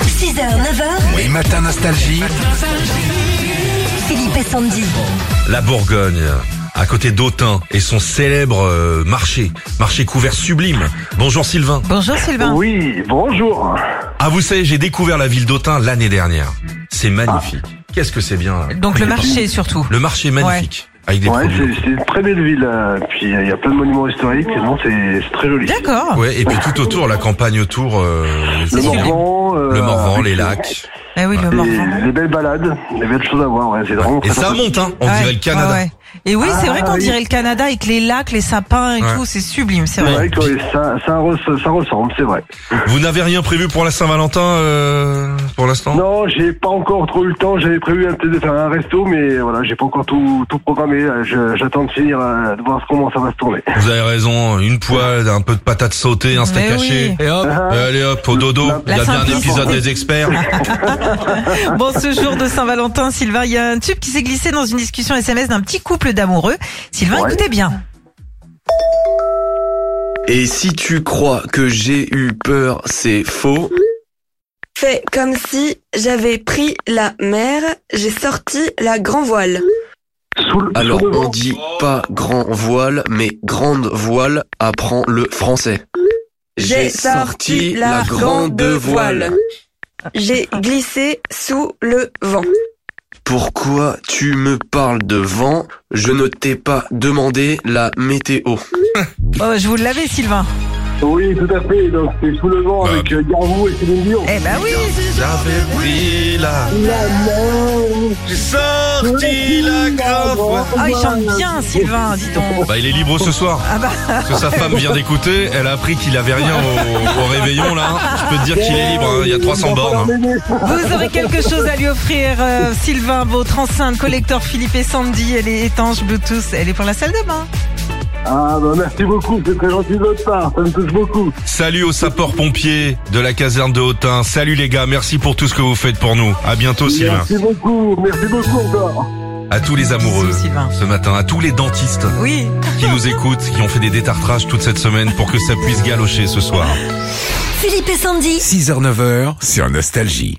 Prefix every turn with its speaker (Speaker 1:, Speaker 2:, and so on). Speaker 1: 6h, 9h,
Speaker 2: Les matins nostalgie.
Speaker 1: Philippe et Sandy.
Speaker 3: La Bourgogne, à côté d'Autun et son célèbre euh, marché, marché couvert sublime. Bonjour Sylvain.
Speaker 4: Bonjour Sylvain.
Speaker 5: Oui, bonjour.
Speaker 3: Ah vous savez, j'ai découvert la ville d'Autun l'année dernière. C'est magnifique.
Speaker 5: Ah.
Speaker 3: Qu'est-ce que c'est bien. là.
Speaker 4: Donc le marché surtout.
Speaker 3: Le marché est magnifique. Avec des
Speaker 5: Ouais,
Speaker 3: produits.
Speaker 5: c'est c'est une très belle ville. euh, Puis il y a plein de monuments historiques. et Non, c'est c'est très joli.
Speaker 4: D'accord.
Speaker 3: Ouais, et puis tout autour, la campagne autour, euh,
Speaker 5: Le
Speaker 4: sublime.
Speaker 5: Morvan, euh,
Speaker 3: le Morvan,
Speaker 5: avec
Speaker 3: les
Speaker 5: les-
Speaker 3: lacs.
Speaker 4: Eh oui, le
Speaker 5: les-
Speaker 4: Morvan.
Speaker 5: les belles balades, les belles choses à voir. Ouais, c'est vraiment
Speaker 3: Et
Speaker 5: très
Speaker 3: ça
Speaker 5: sympa.
Speaker 3: monte, hein. On
Speaker 4: Ouais,
Speaker 3: dirait le Canada.
Speaker 4: ouais, ouais. Et oui, c'est vrai
Speaker 5: Ah,
Speaker 4: qu'on
Speaker 5: oui.
Speaker 4: dirait le Canada avec les lacs, les sapins et
Speaker 3: Ouais.
Speaker 4: tout, c'est sublime, c'est
Speaker 5: C'est
Speaker 4: vrai.
Speaker 5: vrai que ouais, ça, ça, res- ça ressemble, c'est vrai.
Speaker 3: Vous n'avez rien prévu pour la Saint-Valentin euh, pour l'instant
Speaker 5: Non, j'ai pas encore trop eu le temps. J'avais prévu peut-être de faire un resto, mais voilà, j'ai pas encore tout, tout programmé. Euh, je- J'attends de finir, euh, de voir comment ça va se tourner.
Speaker 3: Vous avez raison, une poêle, un peu de patate sautée, un steak
Speaker 4: Mais
Speaker 3: haché. Et hop,
Speaker 5: Ah.
Speaker 3: allez hop, au dodo.
Speaker 5: La-
Speaker 3: Il y a bien
Speaker 4: la
Speaker 3: un
Speaker 4: simplicité.
Speaker 3: épisode des experts.
Speaker 4: Bon, ce jour de Saint-Valentin, Sylvain, il y a un tube qui s'est glissé dans une discussion SMS d'un petit couple d'amoureux. Sylvain,
Speaker 5: Ouais.
Speaker 4: écoutez bien.
Speaker 6: Et si tu crois que j'ai eu peur, c'est faux.
Speaker 7: Fait comme si j'avais pris la mer, j'ai sorti la grand voile.
Speaker 5: Sous le, sous
Speaker 6: Alors
Speaker 5: le
Speaker 6: on
Speaker 5: vent.
Speaker 6: dit pas grand voile, mais grande voile apprend le français.
Speaker 7: J'ai sorti la grande voile. J'ai glissé sous le vent.
Speaker 6: Pourquoi tu me parles de vent Je ne t'ai pas demandé la météo.
Speaker 4: Oh, je vous l'avais, Sylvain.
Speaker 5: Oui, tout à fait. Donc c'est sous le vent
Speaker 3: Bah.
Speaker 5: avec euh, Garou et Céline Dion.
Speaker 4: Eh ben oui.
Speaker 3: J'avais pris eh, la... J'ai sorti la grave...
Speaker 4: Oh, il chante bien, Sylvain, dis donc.
Speaker 3: Bah il est libre ce soir.
Speaker 4: Ah bah.
Speaker 3: Parce que sa femme vient d'écouter, elle a appris qu'il avait rien au, au réveillon là. hein. Je peux te dire qu'il est libre, hein. il y a 300 bornes. hein.
Speaker 4: Vous aurez quelque chose à lui offrir, euh, Sylvain, votre enceinte collector Philippe et Sandy. Elle est étanche Bluetooth. Elle est pour la salle de bain.
Speaker 5: Ah bah merci beaucoup, c'est très gentil de votre part, ça me touche beaucoup.
Speaker 3: hein. Salut aux sapeurs-pompiers de la caserne de Hautain. Salut les gars, merci pour tout ce que vous faites pour nous. À bientôt Sylvain.
Speaker 5: Merci beaucoup, merci beaucoup encore.
Speaker 3: À tous les amoureux
Speaker 4: Bisous, Sylvain.
Speaker 3: ce matin, à tous les dentistes
Speaker 4: Oui.
Speaker 3: qui nous écoutent, qui ont fait des détartrages toute cette semaine pour que ça puisse galocher ce soir.
Speaker 1: Philippe et Sandy.
Speaker 2: 6h, 9h sur Nostalgie.